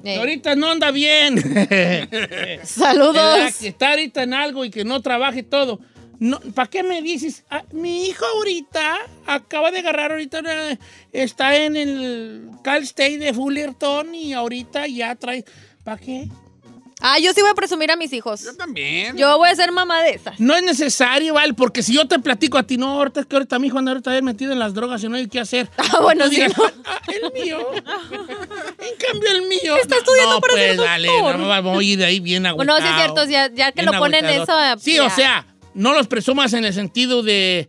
Speaker 2: que
Speaker 3: Ey,
Speaker 2: ahorita no anda bien,
Speaker 3: saludos.
Speaker 2: ¿verdad? que está ahorita en algo y que no trabaje todo. No, ¿Para qué me dices? Ah, mi hijo ahorita acaba de agarrar ahorita una- está en el Cal State de Fullerton y ahorita ya trae. ¿Para qué?
Speaker 3: Ah, yo sí voy a presumir a mis hijos.
Speaker 5: Yo también.
Speaker 3: Yo voy a ser mamá de esas.
Speaker 2: No es necesario, Val, porque si yo te platico a ti, no, ahorita es que ahorita mi hijo anda ahorita bien metido en las drogas y no hay qué hacer.
Speaker 3: Ah, bueno,
Speaker 2: Tú
Speaker 3: sí,
Speaker 2: dirás,
Speaker 3: no.
Speaker 2: "Ah, el mío. en cambio, el mío.
Speaker 3: Está estudiando
Speaker 2: no,
Speaker 3: para
Speaker 2: pues,
Speaker 3: ser
Speaker 2: dale,
Speaker 3: doctor.
Speaker 2: no, voy de ahí bien agotado.
Speaker 3: Bueno, sí es cierto, ya, ya que
Speaker 2: Bien
Speaker 3: lo ponen eso.
Speaker 2: agüitador.
Speaker 3: eh,
Speaker 2: Sí,
Speaker 3: ya.
Speaker 2: o sea, no los presumas en el sentido de.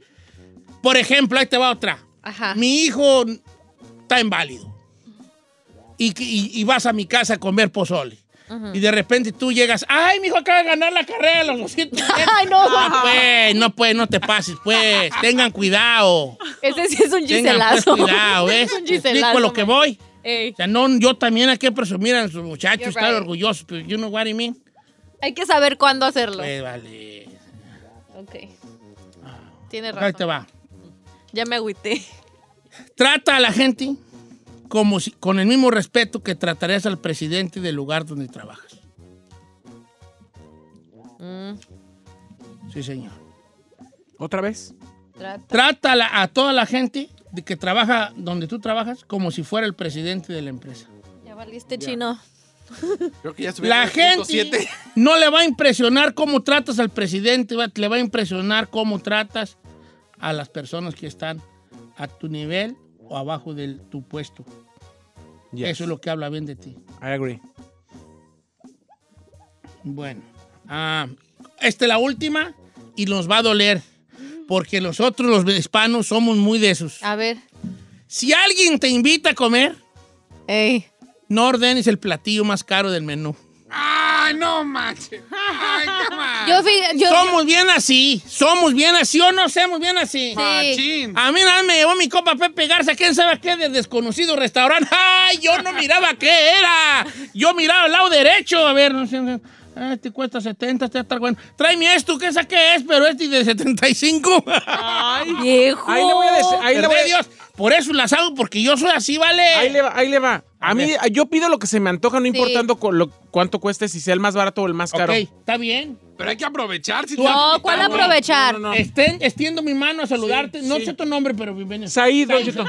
Speaker 2: Por ejemplo, ahí te va otra.
Speaker 3: Ajá.
Speaker 2: Mi hijo está inválido. Y, que- y- y vas a mi casa a comer pozole. Y de repente tú llegas, ay, mi hijo acaba de ganar la carrera de los 200.
Speaker 3: Ay, no,
Speaker 2: Ah, pues, no, pues, no te pases, pues. Tengan cuidado.
Speaker 3: ese sí es
Speaker 2: Tengan
Speaker 3: un
Speaker 2: pues,
Speaker 3: giselazo.
Speaker 2: cuidado, ¿ves?
Speaker 3: Es un
Speaker 2: Te explico
Speaker 3: giselazo.
Speaker 2: lo que voy.
Speaker 3: Ey,
Speaker 2: O sea, no, yo también hay que presumir a sus muchachos,
Speaker 3: You're
Speaker 2: estar
Speaker 3: right.
Speaker 2: orgullosos, pero you know what I mean.
Speaker 3: hay que saber cuándo hacerlo.
Speaker 2: Pues, vale.
Speaker 3: Ok. Tienes
Speaker 2: Ahí te va.
Speaker 3: razón. Ya me agüité.
Speaker 2: Trata a la gente como si- con el mismo respeto que tratarías al presidente del lugar donde trabajas. Sí, señor.
Speaker 6: ¿Otra vez?
Speaker 3: Trata.
Speaker 2: Trata a, la- a toda la gente de que trabaja donde tú trabajas como si fuera el presidente de la empresa.
Speaker 3: Ya valiste, chino.
Speaker 5: Creo que ya subí
Speaker 2: La
Speaker 5: a
Speaker 2: gente
Speaker 5: 9.7.
Speaker 2: no le va a impresionar cómo tratas al presidente, va- le va a impresionar cómo tratas a las personas que están a tu nivel o abajo de tu puesto.
Speaker 6: Yes.
Speaker 2: Eso es lo que habla bien de ti.
Speaker 6: I agree.
Speaker 2: Bueno, ah, esta es la última y nos va a doler. Porque nosotros los hispanos somos muy de esos.
Speaker 3: A ver.
Speaker 2: Si alguien te invita a comer,
Speaker 3: Ey.
Speaker 2: no ordenes el platillo más caro del menú.
Speaker 5: Ay, no manches. Ay, cama.
Speaker 3: Yo, fui- yo,
Speaker 2: Ah, somos bien así, somos bien así o no somos bien así.
Speaker 5: Machín.
Speaker 2: A mí nada más me llevó mi copa Pepe Garza, quién sabe qué, de desconocido restaurante. ¡Ay! Yo no miraba qué era. Yo miraba el lado derecho. A ver, no sé. no sé. Ah, Este cuesta 70, este está bueno. Tráeme esto, ¿qué sé qué es? Pero este de 75.
Speaker 4: Ay.
Speaker 3: Viejo.
Speaker 6: Ahí le voy a decir. Ahí le voy
Speaker 2: Verdad,
Speaker 6: a
Speaker 2: Dios. Por eso las hago, porque yo soy así, ¿vale?
Speaker 6: Ahí le va, ahí le va. A
Speaker 2: A
Speaker 6: mí, yo pido lo que se me antoja, no importando con lo- cuánto cueste, si sea el más barato o el más
Speaker 2: Ok,
Speaker 6: caro.
Speaker 2: está bien.
Speaker 5: Pero hay que aprovechar. Si
Speaker 2: Tú
Speaker 5: te-
Speaker 3: No, ¿cuál
Speaker 2: Ah, bueno.
Speaker 3: aprovechar?
Speaker 6: No, no, no.
Speaker 2: Estén- extiendo mi mano a saludarte.
Speaker 6: Sí,
Speaker 2: no
Speaker 6: sí.
Speaker 2: sé tu nombre, pero bienvenido.
Speaker 6: Said, Don Cheto.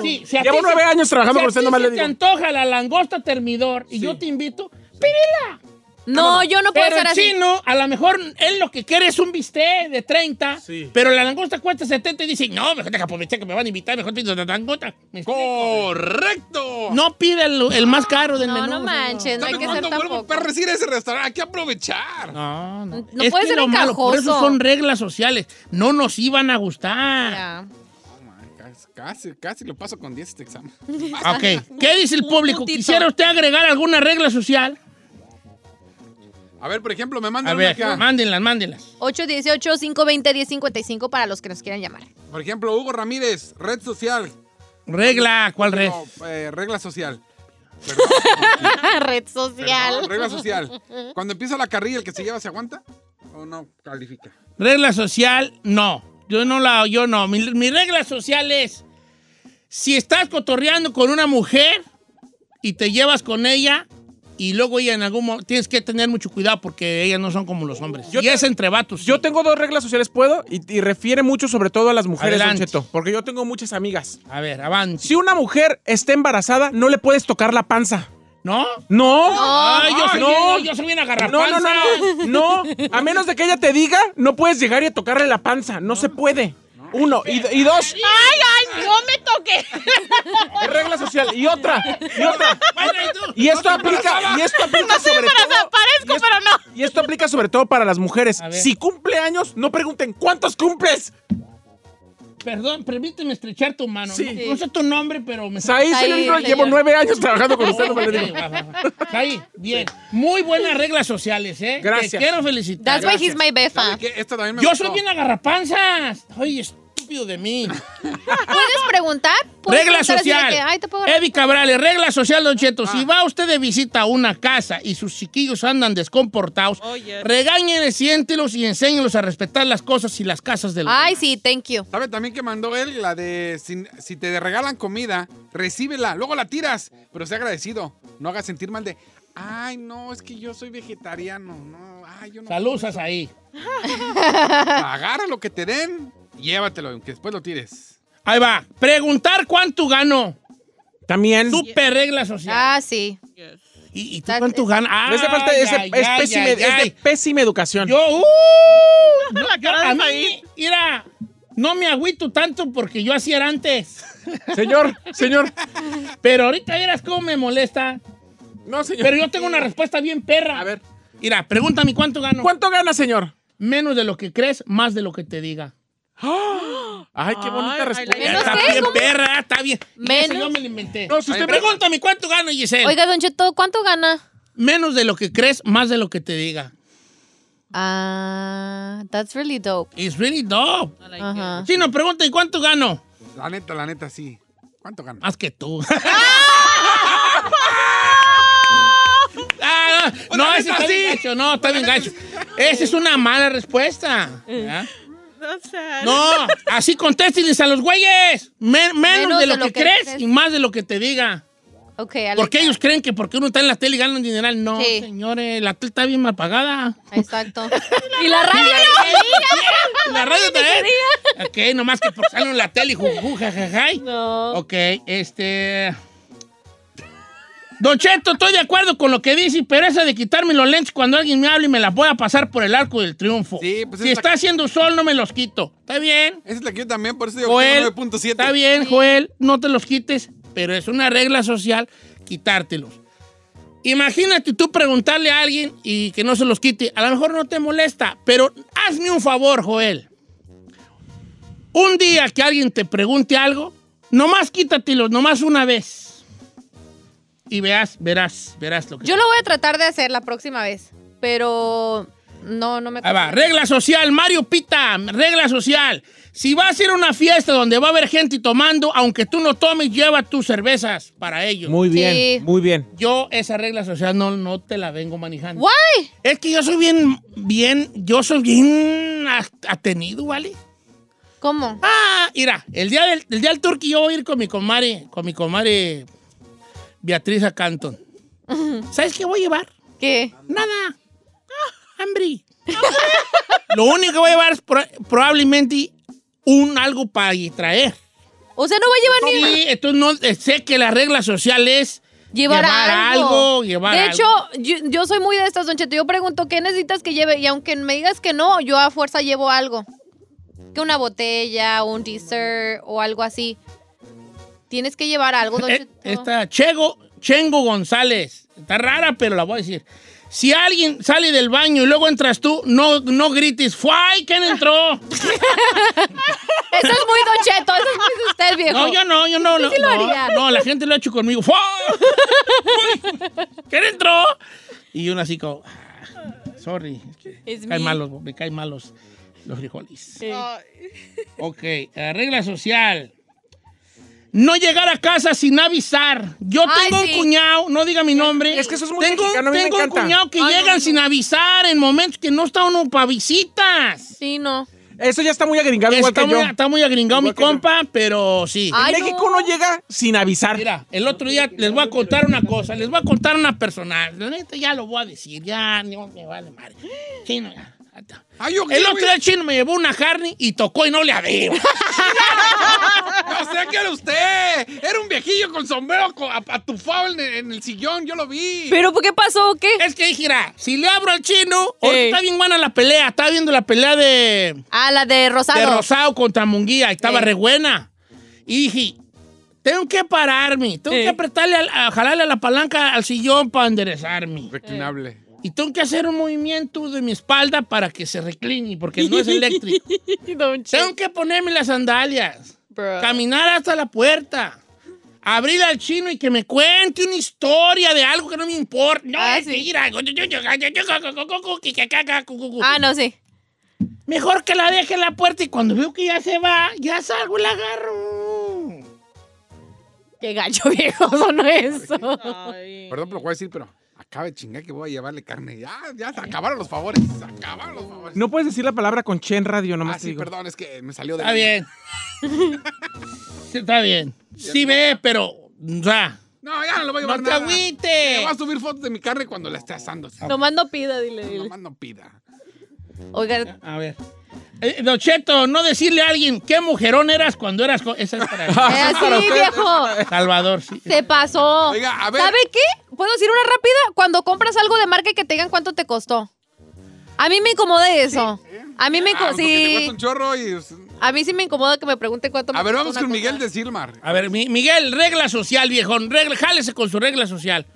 Speaker 2: Sí, si a ti
Speaker 6: Llevo
Speaker 2: se-
Speaker 6: nueve años
Speaker 2: si a
Speaker 6: trabajando con usted,
Speaker 2: ti
Speaker 6: nomás
Speaker 2: se
Speaker 6: le
Speaker 2: te
Speaker 6: digo.
Speaker 2: antoja la langosta termidor y
Speaker 6: Sí.
Speaker 2: yo te invito, pídela.
Speaker 1: No, yo no puedo
Speaker 2: pero
Speaker 1: ser
Speaker 2: el
Speaker 1: así.
Speaker 2: chino, a lo mejor él lo que quiere es un bistec de 30,
Speaker 6: Sí.
Speaker 2: pero la langosta cuesta 70 y dice, no, mejor deja aprovechar que me van a invitar, mejor pido la langosta. ¿Me explico?
Speaker 5: ¡Correcto!
Speaker 2: No pide el, el más caro del
Speaker 1: No,
Speaker 2: menú.
Speaker 1: no manches, no hay
Speaker 5: ¿Sabe
Speaker 1: que ser
Speaker 5: cuándo vuelvo
Speaker 1: tampoco.
Speaker 5: para recibir ese restaurante? Hay que aprovechar.
Speaker 2: No, no.
Speaker 1: No puede
Speaker 2: que
Speaker 1: ser
Speaker 2: lo malo, Por eso
Speaker 1: encajoso.
Speaker 2: son reglas sociales. No nos iban a gustar.
Speaker 1: Ya.
Speaker 5: Casi, casi lo paso con 10 este examen.
Speaker 2: Ah, Ok. ¿Qué dice el
Speaker 4: Un
Speaker 2: público?
Speaker 4: puntito.
Speaker 2: ¿Quisiera usted agregar alguna regla social?
Speaker 5: A ver, por ejemplo, me
Speaker 2: A
Speaker 5: mandan una
Speaker 2: ver,
Speaker 5: acá.
Speaker 2: mándenlas, mándenlas.
Speaker 1: 818-520-1055 para los que nos quieran llamar.
Speaker 5: Por ejemplo, Hugo Ramírez, red social.
Speaker 2: Regla, ¿cuál red?
Speaker 5: No, eh, regla social.
Speaker 1: Red social.
Speaker 5: Perdón, regla social. Cuando empieza la carrilla, el que se lleva se aguanta o no califica.
Speaker 2: Regla social, no. Yo no la, yo no. Mi, mi regla social es, si estás cotorreando con una mujer y te llevas con ella y luego ella en algún momento, tienes que tener mucho cuidado porque ellas no son como los hombres.
Speaker 6: Yo
Speaker 2: y
Speaker 6: te-
Speaker 2: es entre vatos.
Speaker 6: Yo tengo dos reglas sociales, puedo, y, y refiere mucho sobre todo a las mujeres, don
Speaker 2: Adelante.
Speaker 6: Cheto, porque yo tengo muchas amigas.
Speaker 2: A ver, avance.
Speaker 6: Si una mujer está embarazada, no le puedes tocar la panza.
Speaker 2: ¿No?
Speaker 6: No.
Speaker 2: Ay, yo soy,
Speaker 6: Ah, no.
Speaker 2: bien- yo soy bien
Speaker 6: No,
Speaker 2: agarrapanza.
Speaker 6: no, no, no, no. A menos de que ella te diga, no puedes llegar y tocarle la panza. No, se puede. Uno. Y, y dos.
Speaker 4: ¡Ay, ay! ¡No me toqué!
Speaker 6: es regla social. Y otra. Y otra.
Speaker 2: Bueno, ¿y tú?
Speaker 6: Y esto aplica. Y esto aplica sobre todo.
Speaker 4: Parezco, pero no.
Speaker 6: Y esto aplica sobre todo para las mujeres.
Speaker 2: A ver.
Speaker 6: Si cumple años, no pregunten cuántos cumples.
Speaker 2: Perdón, permíteme estrechar tu mano.
Speaker 6: Sí.
Speaker 2: No, no sé tu nombre, pero me
Speaker 6: Saí,
Speaker 1: Saí,
Speaker 6: señorito,
Speaker 1: señor.
Speaker 6: llevo nueve años trabajando con usted. no me le
Speaker 2: Ok,
Speaker 6: digo.
Speaker 2: va, va, va. Ahí, bien. Muy buenas reglas sociales, ¿eh?
Speaker 6: Gracias.
Speaker 2: Te quiero felicitar.
Speaker 1: That's why he's my befa.
Speaker 5: ¿Sabe qué? Esta también me
Speaker 2: Yo
Speaker 5: gustó.
Speaker 2: soy bien agarrapanzas. Ay, estúpido de mí.
Speaker 1: ¿Puedes preguntar? ¿Puedes
Speaker 2: Regla
Speaker 1: preguntar así de
Speaker 2: social.
Speaker 1: que, Ay, te puedo agarrar?
Speaker 2: Evi Cabrales, regla social, Don
Speaker 6: Ah.
Speaker 2: Cheto. Si va usted de visita a una casa y sus chiquillos andan descomportados,
Speaker 4: Oh, yes.
Speaker 2: regáñenles, siéntelos y enséñenlos a respetar las cosas y las casas del
Speaker 1: Ay, sí, thank you.
Speaker 5: ¿Sabe también que mandó él la de si, si te regalan comida, recíbela, luego la tiras, pero sea agradecido. No hagas sentir mal de, ay, no, es que yo soy vegetariano. No, ay, yo no.
Speaker 2: Saludos ahí.
Speaker 5: Agarra lo que te den, llévatelo, aunque después lo tires.
Speaker 2: Ahí va. Preguntar cuánto gano.
Speaker 6: También.
Speaker 2: Super regla social.
Speaker 1: Ah, sí.
Speaker 2: ¿Y, y tú cuánto ganas?
Speaker 6: No es de falta- es, de- es pésima, es de pésima educación.
Speaker 2: Yo, uh, no, yo, a mí, mira, no me agüito tanto porque yo así era antes.
Speaker 6: Señor, señor.
Speaker 2: Pero ahorita verás cómo me molesta.
Speaker 6: No, señor.
Speaker 2: Pero yo tengo una respuesta bien perra.
Speaker 6: A ver.
Speaker 2: Mira, pregúntame cuánto gano.
Speaker 6: ¿Cuánto gana, señor?
Speaker 2: Menos de lo que crees, más de lo que te diga.
Speaker 6: Ay, qué bonita
Speaker 4: Ay,
Speaker 6: respuesta.
Speaker 4: ay, ay.
Speaker 1: Menos
Speaker 2: está
Speaker 1: qué,
Speaker 2: bien
Speaker 1: ¿cómo?
Speaker 2: perra, está bien. Y Eso
Speaker 1: Menos.
Speaker 2: yo me lo inventé.
Speaker 6: No, si
Speaker 5: Ay,
Speaker 6: usted me-
Speaker 2: Pregúntame cuánto gano, Giselle.
Speaker 1: Oiga, Don Cheto, ¿cuánto gana?
Speaker 2: Menos de lo que crees, más de lo que te diga.
Speaker 1: Ah, that's really dope.
Speaker 2: It's really dope.
Speaker 1: Ajá.
Speaker 2: Si no, pregunta, ¿y cuánto gano?
Speaker 5: La neta, la neta, sí. ¿Cuánto ganas?
Speaker 2: Más que tú. Ah, no, no, ese está bien gacho, no, está bien gacho. Esa es una mala respuesta. ¿verdad?
Speaker 4: No sé.
Speaker 2: No, así contéstenles a los güeyes. Me- menos, de lo, que, crees, y más de lo que te diga.
Speaker 1: Ok, I like
Speaker 2: Porque
Speaker 1: that.
Speaker 2: ellos creen que porque uno está en la tele y gana un dineral. No,
Speaker 1: Sí.
Speaker 2: señores, la tele está bien mal pagada.
Speaker 1: Exacto. y la radio.
Speaker 2: La radio también. Ok, nomás que por salir en la tele y ju- ju- ja, ja, ja.
Speaker 1: No.
Speaker 2: Ok, este. Don Cheto, estoy de acuerdo con lo que dice, pero esa de quitarme los lentes cuando alguien me hable y me las voy a pasar por el arco del triunfo.
Speaker 5: Sí, pues
Speaker 2: si
Speaker 5: es la-
Speaker 2: está haciendo sol, no me los quito. Está bien,
Speaker 5: Esa es la que yo también, por eso digo que
Speaker 2: Joel.
Speaker 5: tengo 9.7.
Speaker 2: Está bien, Joel, no te los quites, pero es una regla social quitártelos. Imagínate tú preguntarle a alguien y que no se los quite. A lo mejor no te molesta, pero hazme un favor, Joel. Un día que alguien te pregunte algo, nomás quítatelos, nomás una vez. Y verás, verás, verás lo que...
Speaker 1: Yo lo voy a tratar de hacer la próxima vez, pero no, no me...
Speaker 2: Ahí va, regla social, Mario Pita, regla social. Si vas a ir a una fiesta donde va a haber gente tomando, aunque tú no tomes, lleva tus cervezas para ellos.
Speaker 6: Muy bien,
Speaker 1: Sí.
Speaker 6: muy bien.
Speaker 2: Yo esa regla social no, no te la vengo manejando.
Speaker 1: Why?
Speaker 2: Es que yo soy bien, bien, yo soy bien a- atenido, ¿vale?
Speaker 1: ¿Cómo?
Speaker 2: Ah, mira, el día del, el día del turqui yo voy a ir con mi comare, con mi comare Beatriz Acanton. ¿Sabes qué voy a llevar?
Speaker 1: ¿Qué?
Speaker 2: Nada. Ah, hambre. Lo único que voy a llevar es pro- probablemente un algo para traer.
Speaker 1: O sea, no voy a llevar ni...
Speaker 2: Sí, entonces no, eh, sé que la regla social es
Speaker 3: Llevar,
Speaker 2: Llevar
Speaker 3: algo.
Speaker 2: algo, llevar
Speaker 3: de
Speaker 2: algo.
Speaker 3: hecho, yo, yo soy muy de estas, Don Cheto. Yo pregunto, ¿qué necesitas que lleve? Y aunque me digas que no, yo a fuerza llevo algo. Que una botella, un dessert o algo así. Tienes que llevar algo, Don
Speaker 2: Eh,
Speaker 3: Cheto.
Speaker 2: Esta, Chego, Chengo González. Está rara, pero la voy a decir. Si alguien sale del baño y luego entras tú, no, no grites, ¡Fuay! ¿Quién entró?
Speaker 3: Eso es muy Don Cheto. Eso es muy de usted, viejo.
Speaker 2: No, yo no, yo no. no,
Speaker 3: sí lo
Speaker 2: no,
Speaker 3: haría.
Speaker 2: no, la gente lo ha hecho conmigo. ¡Fuay! ¡Fuay! ¿Quién entró? Y uno así como, ah, sorry, es que
Speaker 4: It's
Speaker 2: me caen
Speaker 4: me.
Speaker 2: malos, me caen malos los frijoles.
Speaker 4: Ay.
Speaker 2: Ok, eh, regla social. No llegar a casa sin avisar. Yo
Speaker 3: Ay,
Speaker 2: tengo
Speaker 3: sí.
Speaker 2: un cuñado, no diga mi nombre.
Speaker 6: Es que eso es muy
Speaker 2: tengo, un-
Speaker 6: mexicano, a mí me
Speaker 2: Tengo un
Speaker 6: encanta.
Speaker 2: cuñado que llegan sin avisar en momentos que no está uno para visitas.
Speaker 3: Sí, no.
Speaker 6: Eso ya está muy agringado, igual
Speaker 2: Está
Speaker 6: que
Speaker 2: muy,
Speaker 6: yo.
Speaker 2: está muy agringado
Speaker 6: Igual
Speaker 2: mi
Speaker 6: que yo.
Speaker 2: compa, pero sí.
Speaker 3: Ay,
Speaker 6: En México
Speaker 3: no.
Speaker 6: uno llega sin avisar.
Speaker 2: Mira, el otro día les voy a contar una cosa, les voy a contar una personal. La neta ya lo voy a decir, ya no me vale madre. Chino, ya.
Speaker 5: Ay, yo qué,
Speaker 2: El otro
Speaker 5: güey.
Speaker 2: día el chino me llevó una carne y tocó y no le abrí.
Speaker 5: No sé qué era usted. Era un viejillo con sombrero co- ap- atufado en, en el sillón. Yo lo vi.
Speaker 7: ¿Pero por qué pasó o qué?
Speaker 2: Es que dije, mira, si le abro al chino, ahorita
Speaker 4: Ey.
Speaker 2: está bien buena la pelea. Estaba viendo la pelea de,
Speaker 3: Ah, la de Rosado.
Speaker 2: de Rosado contra Munguía. y Estaba re buena. Y dije, tengo que pararme. Tengo
Speaker 4: Ey.
Speaker 2: que apretarle, al- a, jalarle a la palanca al sillón para enderezarme.
Speaker 5: Reclinable.
Speaker 2: Y tengo que hacer un movimiento de mi espalda para que se recline, porque no es eléctrico.
Speaker 4: Don Cheto.
Speaker 2: tengo que ponerme las sandalias.
Speaker 4: Bro.
Speaker 2: Caminar hasta la puerta. Abrir al chino y que me cuente una historia de algo que no me importa. No,
Speaker 4: Ah,
Speaker 2: es
Speaker 4: sí.
Speaker 2: mentira. Ah,
Speaker 3: Ah, no, sí.
Speaker 2: Mejor que la deje en la puerta y cuando veo que ya se va, ya salgo y la agarro.
Speaker 3: Qué gacho, viejo. No es eso.
Speaker 4: Ay.
Speaker 5: Perdón por lo que voy a decir, pero acaba de chingar que voy a llevarle carne. Ya, ya se acabaron los favores. Se acabaron los favores.
Speaker 6: No puedes decir la palabra con Che en radio, nomás
Speaker 5: Ah,
Speaker 6: te
Speaker 5: sí,
Speaker 6: digo.
Speaker 5: perdón, es que me salió de.
Speaker 2: Está bien. Sí, Está bien. Sí ve, pero... O sea,
Speaker 5: No, ya no lo voy a llevar.
Speaker 2: no te
Speaker 5: nada. Te
Speaker 2: agüites.
Speaker 5: voy a subir fotos de mi carne cuando la esté asando.
Speaker 3: Ah,
Speaker 7: Nomás no pida, dile. dile.
Speaker 5: Nomás no pida.
Speaker 3: Oiga,
Speaker 2: A ver. Eh, Don Cheto, no decirle a alguien qué mujerón eras cuando eras... jo- Esa es para mí.
Speaker 3: eh, sí, viejo.
Speaker 2: Salvador, sí.
Speaker 3: Se pasó.
Speaker 5: Oiga, a ver.
Speaker 3: ¿Sabe qué? ¿Puedo decir una rápida? Cuando compras algo de marca y que te digan cuánto te costó. A mí me incomoda eso. A mí me
Speaker 5: Ah,
Speaker 3: incomoda.
Speaker 5: porque te cuesta
Speaker 3: Sí.
Speaker 5: un chorro y.
Speaker 3: A mí sí me incomoda que me pregunten cuánto me
Speaker 5: A ver,
Speaker 3: costó
Speaker 5: vamos
Speaker 3: una
Speaker 5: con
Speaker 3: cosa.
Speaker 5: Miguel de Silmar.
Speaker 2: A ver, Mi- Miguel, regla social, viejón. Regla, jálese con su regla social.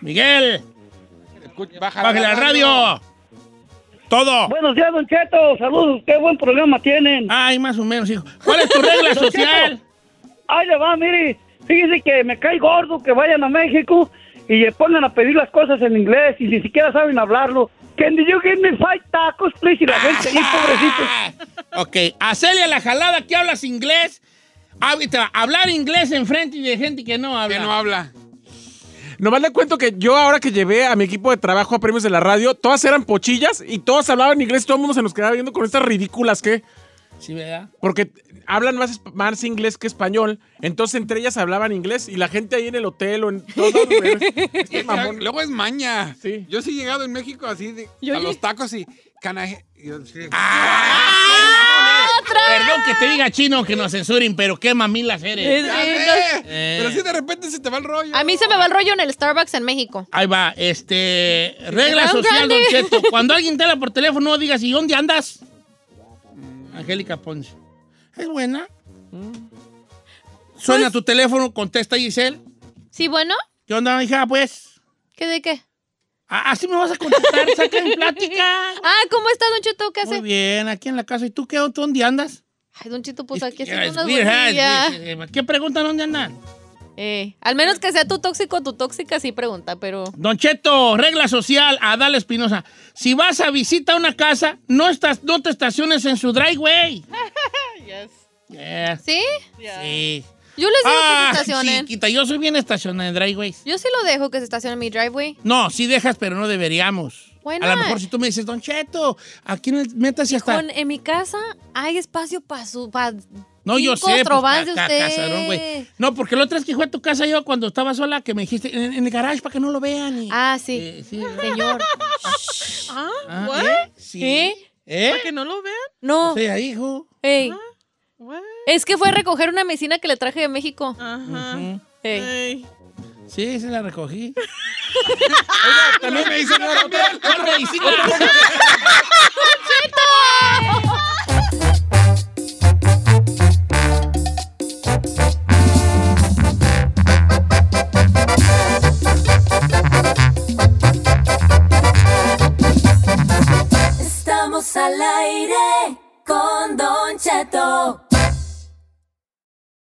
Speaker 2: Miguel,
Speaker 5: Escucha, Bájale,
Speaker 2: bájale la radio. Todo.
Speaker 8: Buenos días, Don Cheto. Saludos. Qué buen programa tienen.
Speaker 2: Ay, más o menos, hijo. ¿Cuál es tu regla social?
Speaker 8: Ahí le va, mire. Fíjese que me cae gordo que vayan a México y le pongan a pedir las cosas en inglés y ni siquiera saben hablarlo. Can you give me five tacos, please? Y la gente ahí, pobrecito.
Speaker 2: Ah, ok, hacerle a la jalada que hablas inglés. Hab- te va- Hablar inglés enfrente de gente que no habla.
Speaker 5: Que no habla.
Speaker 6: Nomás le cuento que yo ahora que llevé a mi equipo de trabajo a premios de la radio, todas eran pochillas y todas hablaban inglés, todo el mundo se nos quedaba viendo con estas ridículas que...
Speaker 2: Sí, ¿verdad?
Speaker 6: Porque hablan más, esp- más inglés que español, entonces entre ellas hablaban inglés y la gente ahí en el hotel o en todo...
Speaker 5: Es que Luego es maña.
Speaker 6: Sí.
Speaker 5: Yo sí he llegado en México así de, a los tacos y canaje. y yo- "Ah, sí.
Speaker 2: ¿eh? Perdón que te diga chino que nos censuren, pero qué mamilas eres.
Speaker 5: Ya sé, Pero sí de repente se te va el rollo.
Speaker 3: A mí se me va el rollo en el Starbucks en México.
Speaker 2: Ahí va, este. Regla
Speaker 3: Gran
Speaker 2: social,
Speaker 3: grande.
Speaker 2: Don Cheto. Cuando alguien te habla por teléfono, no digas, ¿y dónde andas? Angélica Ponce. Es buena. Suena tu teléfono, contesta Giselle.
Speaker 3: Sí, bueno.
Speaker 2: ¿Qué onda, hija? Pues.
Speaker 3: ¿Qué de qué?
Speaker 2: a- Así me vas a contestar, saca en plática.
Speaker 3: Ah, ¿cómo está, Don Cheto? ¿Qué
Speaker 2: Muy
Speaker 3: hace?
Speaker 2: bien, aquí en la casa. ¿Y tú qué? ¿Tú ¿Dónde andas?
Speaker 3: Ay, Don Cheto, pues aquí
Speaker 2: Es-
Speaker 3: haciendo
Speaker 2: es
Speaker 3: unas
Speaker 2: weird, ¿eh? Es
Speaker 3: buenillas.
Speaker 2: weird, eh, ¿Qué preguntan dónde andan?
Speaker 3: Eh, al menos que sea tu tóxico o tu tóxica, sí pregunta, pero...
Speaker 2: Don Cheto, regla social, Adal Espinosa. Si vas a visita una casa, no, estás, no te estaciones en su driveway.
Speaker 4: Yes.
Speaker 2: Yes.
Speaker 3: ¿Sí?
Speaker 4: Yeah.
Speaker 2: Sí.
Speaker 3: Yo les digo
Speaker 2: Ah,
Speaker 3: que se estacionen.
Speaker 2: chiquita, yo soy bien estacionada en driveways.
Speaker 3: Yo sí lo dejo que se estacione en mi driveway.
Speaker 2: No, sí dejas, pero no deberíamos.
Speaker 3: Why
Speaker 2: A lo
Speaker 3: not?
Speaker 2: mejor si tú me dices, Don Cheto, aquí en el- métase hasta...
Speaker 3: Con- en mi casa hay espacio para su. pa'
Speaker 2: No, yo
Speaker 3: cinco
Speaker 2: sé. pues,
Speaker 3: trobas de
Speaker 2: ca- ca-
Speaker 3: usted.
Speaker 2: casarón, güey. No, porque la otra vez que fue a tu casa yo cuando estaba sola, que me dijiste, en, en el garage para que no lo vean. y-
Speaker 3: Ah, sí.
Speaker 2: Eh, sí.
Speaker 3: Señor.
Speaker 2: Ah,
Speaker 4: ¿Ah?
Speaker 2: ¿eh? Sí.
Speaker 3: ¿Eh?
Speaker 2: ¿Eh?
Speaker 4: ¿Para que no lo vean?
Speaker 3: No.
Speaker 2: Sí, ahí, hijo.
Speaker 3: Ey.
Speaker 4: What?
Speaker 3: Es que fue a recoger una medicina que le traje de México.
Speaker 4: Ajá.
Speaker 3: Ey.
Speaker 4: Ey.
Speaker 2: Sí, se la recogí.
Speaker 6: También me dicen
Speaker 2: ¿Cuál medicina?
Speaker 9: Estamos al aire con Don Cheto.